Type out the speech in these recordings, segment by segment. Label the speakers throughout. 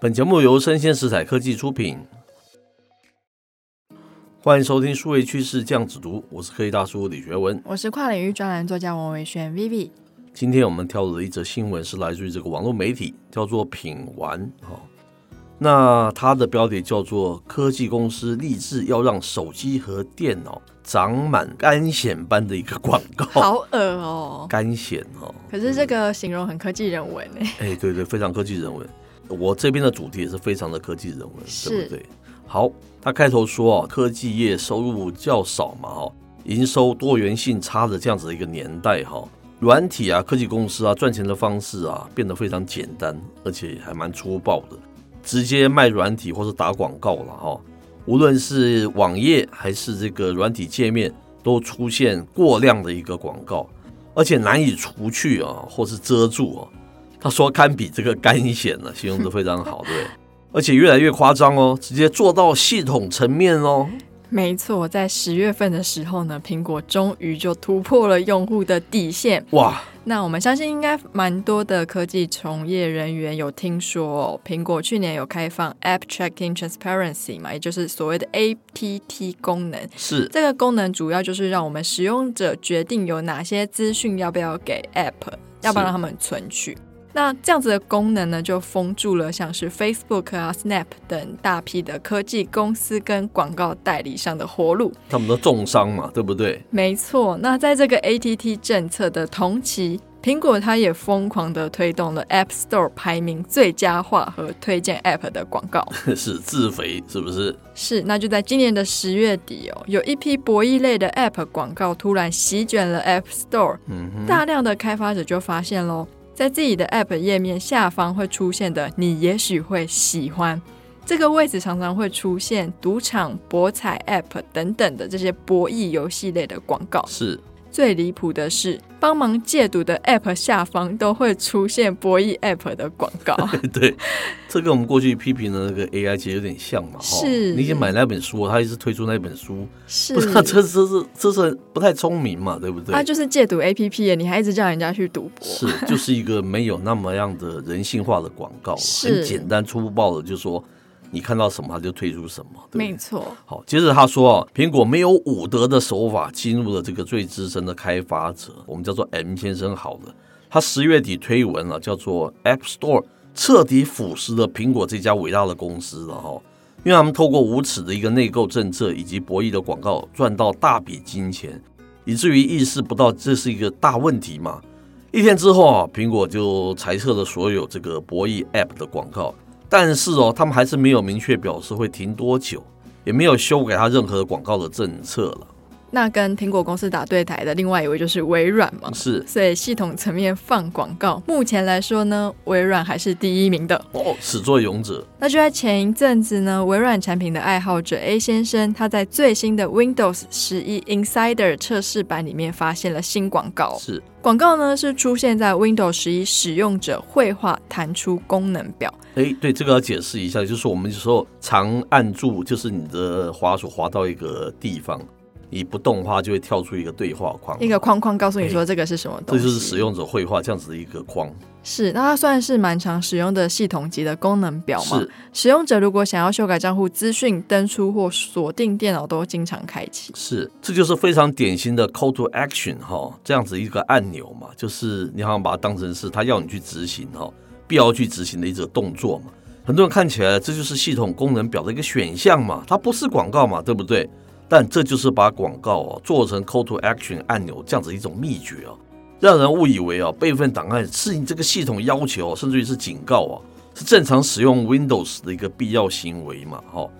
Speaker 1: 本节目由生鲜食材科技出品，欢迎收听数位趋势酱子读，我是科技大叔李学文。
Speaker 2: 我是跨领域专栏作家王维轩 Vivi。
Speaker 1: 今天我们挑的一则新闻是来自于这个网络媒体，叫做品玩哦。那它的标题叫做“科技公司立志要让手机和电脑长满干癣般的一个广告”，
Speaker 2: 好恶哦、
Speaker 1: 干癣哦，
Speaker 2: 可是这个形容很科技人文欸诶，
Speaker 1: 哎，对对，非常科技人文。我这边的主题也是非常的科技人文，对
Speaker 2: 是
Speaker 1: 不对？好，他开头说哦，科技业收入较少嘛，哦，营收多元性差的这样子的一个年代，哈、软体啊，科技公司啊，赚钱的方式啊，变得非常简单，而且还蛮粗暴的，直接卖软体或是打广告了，哈、无论是网页还是这个软体界面，都出现过量的一个广告，而且难以除去啊，或是遮住啊。他说堪比这个干癣呢、形容的非常好，对不对？而且越来越夸张哦，直接做到系统层面哦。
Speaker 2: 没错，在十月份的时候呢，苹果终于就突破了用户的底线。
Speaker 1: 哇，
Speaker 2: 那我们相信应该蛮多的科技从业人员有听说、哦，苹果去年有开放 App Tracking Transparency 嘛，也就是所谓的 ATT 功能。
Speaker 1: 是
Speaker 2: 这个功能主要就是让我们使用者决定有哪些资讯要不要给 App，要不要让他们存取。那这样子的功能呢，就封住了像是 Facebook 啊、Snap 等大批的科技公司跟广告代理商的活路。
Speaker 1: 他们都重伤嘛，对不对？
Speaker 2: 没错，那在这个 ATT 政策的同期，苹果它也疯狂的推动了 App Store 排名最佳化和推荐 App 的广告。
Speaker 1: 是自肥是不是？
Speaker 2: 是，那就在今年的十月底哦，有一批博弈类的 App 广告突然席卷了 App Store，、
Speaker 1: 嗯哼，
Speaker 2: 大量的开发者就发现喽，在自己的 App 页面下方会出现的“你也许会喜欢”这个位置，常常会出现赌场、博彩 App 等等的这些博弈游戏类的广告。
Speaker 1: 是
Speaker 2: 最离谱的是，帮忙戒赌的 App 下方都会出现博弈 App 的广告。
Speaker 1: 对，这跟我们过去批评的那个 AI 其实有点像嘛，哈。
Speaker 2: 是
Speaker 1: 你已经买那本书，他一直推出那本书，
Speaker 2: 是
Speaker 1: 不是？这这是这是不太聪明嘛，对不对？
Speaker 2: 它啊就是戒赌 APP，耶你还一直叫人家去赌博。
Speaker 1: 是，就是一个没有那么样的人性化的广告，很
Speaker 2: 是
Speaker 1: 简单粗暴的，就说你看到什么他就推出什么，对不
Speaker 2: 没
Speaker 1: 对？
Speaker 2: 错，
Speaker 1: 好，接着他说啊，苹果没有武德的手法激怒了这个最资深的开发者，我们叫做 M 先生。好了，他十月底推文了、叫做 App Store 彻底腐蚀了苹果这家伟大的公司了哈、因为他们透过无耻的一个内购政策以及博弈的广告赚到大笔金钱，以至于意识不到这是一个大问题嘛。一天之后啊，苹果就裁撤了所有这个博弈 App 的广告，但是哦，他们还是没有明确表示会停多久。也没有修改它任何的广告的政策了。
Speaker 2: 那跟苹果公司打对台的另外一位就是微软嘛，
Speaker 1: 是
Speaker 2: 所以系统层面放广告，目前来说呢，微软还是第一名的。
Speaker 1: 哦，始作俑者
Speaker 2: 那就在前一阵子呢，微软产品的爱好者 A 先生，他在最新的 Windows 十一 Insider 测试版里面发现了新广告。
Speaker 1: 是
Speaker 2: 广告呢是出现在 Windows 十一使用者绘画弹出功能表，
Speaker 1: 哎，对这个要解释一下，就是我们有时候常按住，就是你的滑鼠滑到一个地方，你不动的话就会跳出一个对话框，
Speaker 2: 一个框框告诉你说这个是什么东
Speaker 1: 哦哎这
Speaker 2: 西。
Speaker 1: 就是使用者绘画这样子的一个框。
Speaker 2: 是，那它算是蛮常使用的系统级的功能表嘛？
Speaker 1: 是
Speaker 2: 使用者如果想要修改账户资讯、登出或锁定电脑，都经常开启。
Speaker 1: 是，这就是非常典型的 call to action 哈、这样子一个按钮嘛，就是你好像把它当成是他要你去执行哈、必要去执行的一个动作嘛。很多人看起来这就是系统功能表的一个选项嘛，它不是广告嘛，对不对？但这就是把广告哦做成 call to action 按钮这样子一种秘诀哦，让人误以为哦备份档案是你这个系统要求，甚至于是警告哦，是正常使用 Windows 的一个必要行为嘛，哈、哦。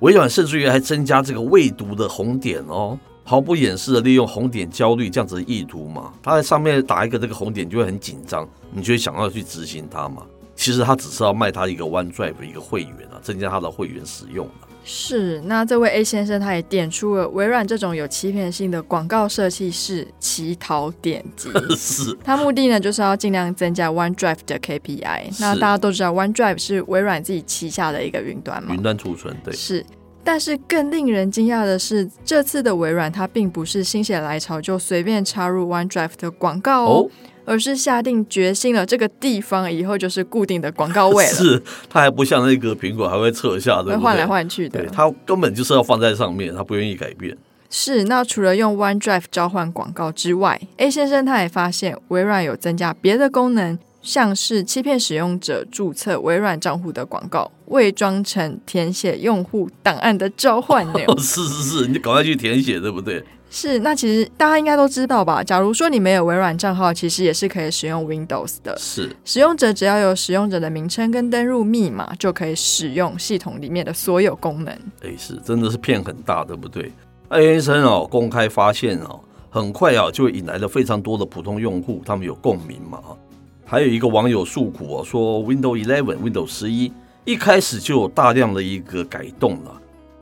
Speaker 1: 微软甚至于还增加这个未读的红点哦，毫不掩饰的利用红点焦虑这样子的意图嘛。他在上面打一个这个红点，就会很紧张，你就会想要去执行它嘛。其实它只是要卖它一个 OneDrive 一个会员啊，增加它的会员使用啊
Speaker 2: 是，那这位 A 先生他也点出了微软这种有欺骗性的广告设计是乞讨点 击。
Speaker 1: 是
Speaker 2: 它目的呢，就是要尽量增加 OneDrive 的 KPI。那大家都知道，OneDrive 是微软自己旗下的一个云端嘛
Speaker 1: 云，端储存，对，
Speaker 2: 是。但是更令人惊讶的是，这次的微软它并不是心血来潮就随便插入 OneDrive 的广告哦，
Speaker 1: 哦，
Speaker 2: 而是下定决心了，这个地方以后就是固定的广告位 了，
Speaker 1: 是它还不像那个苹果还会撤下，对
Speaker 2: 会
Speaker 1: 不对？
Speaker 2: 换来换去的
Speaker 1: 对，。它根本就是要放在上面，它不愿意改变。
Speaker 2: 是，那除了用 OneDrive 召唤广告之外，A 先生他也发现微软有增加别的功能，像是欺骗使用者注册微软账户的广告，伪装成填写用户档案的召唤钮
Speaker 1: 哦，。 是是是，你就赶快去填写，对不对？
Speaker 2: 是，那其实大家应该都知道吧？假如说你没有微软账号，其实也是可以使用 Windows 的。
Speaker 1: 是
Speaker 2: 使用者只要有使用者的名称跟登入密码，就可以使用系统里面的所有功能。
Speaker 1: 哎，是真的是骗很大，对不对？艾先生哦，公开发现哦，很快啊就引来了非常多的普通用户，他们有共鸣嘛啊。还有一个网友诉苦哦，说 Windows 11、Windows 十一一开始就有大量的一个改动了，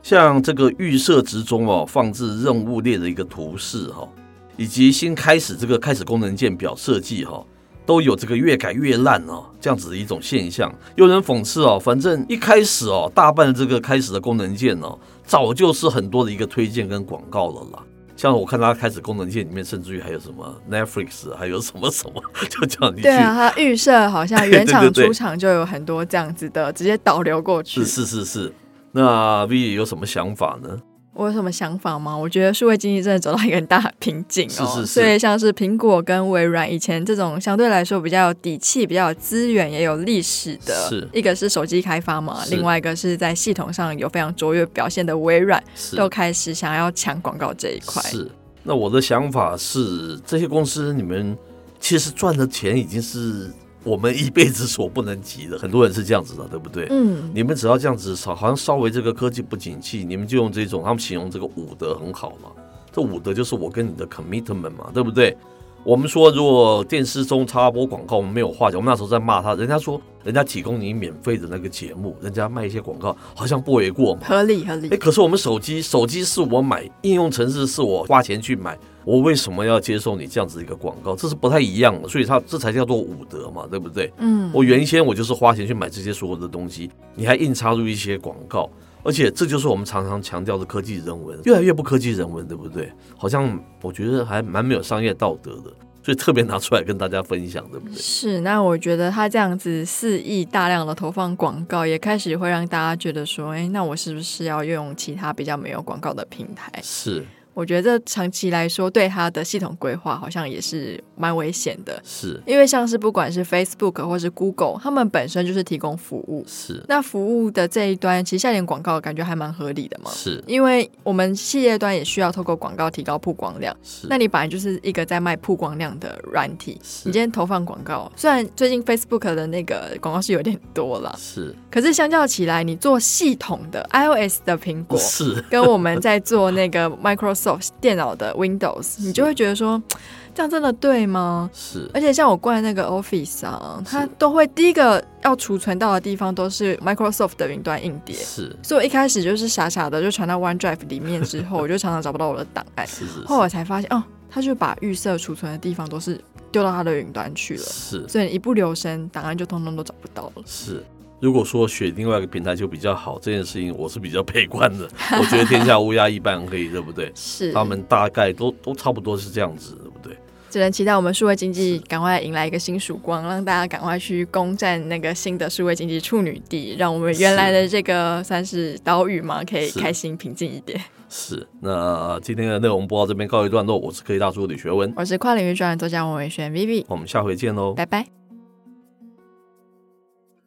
Speaker 1: 像这个预设值中哦放置任务列的一个图示哈、哦，以及新开始这个开始功能键表设计哈、哦，都有这个越改越烂哦，这样子的一种现象。有人讽刺哦，反正一开始哦，大半的这个开始的功能键哦，早就是很多的一个推荐跟广告了啦。像我看它开始功能键里面，甚至于还有什么 Netflix，还有什么什么， 就叫你去。
Speaker 2: 对啊，它预设 好像原
Speaker 1: 对
Speaker 2: 厂
Speaker 1: 对对
Speaker 2: 出厂就有很多这样子的，直接导流过去。
Speaker 1: 是是是是。那 V 有什么想法呢？
Speaker 2: 我有什么想法吗？我觉得数位经济真的走到一个很大的瓶颈哦，
Speaker 1: 是是是
Speaker 2: 所以像是苹果跟微软以前这种相对来说比较有底气、比较有资源、也有历史的，
Speaker 1: 是
Speaker 2: 一个是手机开发嘛，
Speaker 1: 是
Speaker 2: 另外一个是在系统上有非常卓越表现的微软，
Speaker 1: 是
Speaker 2: 都开始想要抢广告这一块。
Speaker 1: 是，那我的想法是，这些公司你们其实赚的钱已经是我们一辈子所不能及的，很多人是这样子的，对不对？
Speaker 2: 嗯，
Speaker 1: 你们只要这样子，好好像稍微这个科技不景气，你们就用这种他们形容这个武德很好嘛。这武德就是我跟你的 commitment 嘛，对不对？我们说，如果电视中插播广告，我们没有话讲。我们那时候在骂他，人家说人家提供你免费的那个节目，人家卖一些广告，好像不为过嘛。
Speaker 2: 合理合理。
Speaker 1: 哎，可是我们手机，手机是我买，应用程式是我花钱去买，我为什么要接受你这样子一个广告？这是不太一样的，所以它这才叫做武德嘛，对不对？
Speaker 2: 嗯，
Speaker 1: 我原先我就是花钱去买这些所有的东西，你还硬插入一些广告，而且这就是我们常常强调的科技人文，越来越不科技人文，对不对？好像我觉得还蛮没有商业道德的，所以特别拿出来跟大家分享，对不对？
Speaker 2: 是，那我觉得他这样子肆意大量的投放广告，也开始会让大家觉得说，哎，那我是不是要用其他比较没有广告的平台？
Speaker 1: 是
Speaker 2: 我觉得这长期来说，对他的系统规划好像也是蛮危险的，
Speaker 1: 是
Speaker 2: 因为像是不管是 Facebook 或是 Google，他们本身就是提供服务，
Speaker 1: 是
Speaker 2: 那服务的这一端其实下点广告感觉还蛮合理的嘛，
Speaker 1: 是
Speaker 2: 因为我们系列端也需要透过广告提高曝光量。
Speaker 1: 是
Speaker 2: 那，你本来就是一个在卖曝光量的软体，
Speaker 1: 是
Speaker 2: 你今天投放广告，虽然最近 Facebook 的那个广告是有点多了，
Speaker 1: 是
Speaker 2: 可是相较起来，你做系统的 iOS 的苹果，
Speaker 1: 是
Speaker 2: 跟我们在做那个 Microsoft 电脑的 Windows，你就会觉得说，这样真的对吗？
Speaker 1: 是
Speaker 2: 而且像我灌那个 Office 啊，它都会第一个要储存到的地方都是 Microsoft 的云端硬碟，
Speaker 1: 是
Speaker 2: 所以我一开始就是傻傻的就传到 OneDrive 里面之 后，我就常常找不到我的档案，
Speaker 1: 是是
Speaker 2: 哎后来才发现，哦，它就把预设储存的地方都是丢到它的云端去了，
Speaker 1: 是
Speaker 2: 所以一不留神，档案就通通都找不到了。
Speaker 1: 是。如果说选另外一个平台就比较好，这件事情我是比较悲观的。我觉得天下乌鸦一般黑，对不对？
Speaker 2: 是，
Speaker 1: 他们大概都都差不多是这样子，对不对？
Speaker 2: 只能期待我们数位经济赶快迎来一个新曙光，让大家赶快去攻占那个新的数位经济处女地，让我们原来的这个算是岛屿嘛，可以
Speaker 1: 是
Speaker 2: 开心平静一点。
Speaker 1: 是，那呃今天的内容播到这边告一段落。我是科技大叔李学文，
Speaker 2: 我是跨领域专栏作家王伟轩 Vivi，
Speaker 1: 我们下回见喽，
Speaker 2: 拜拜。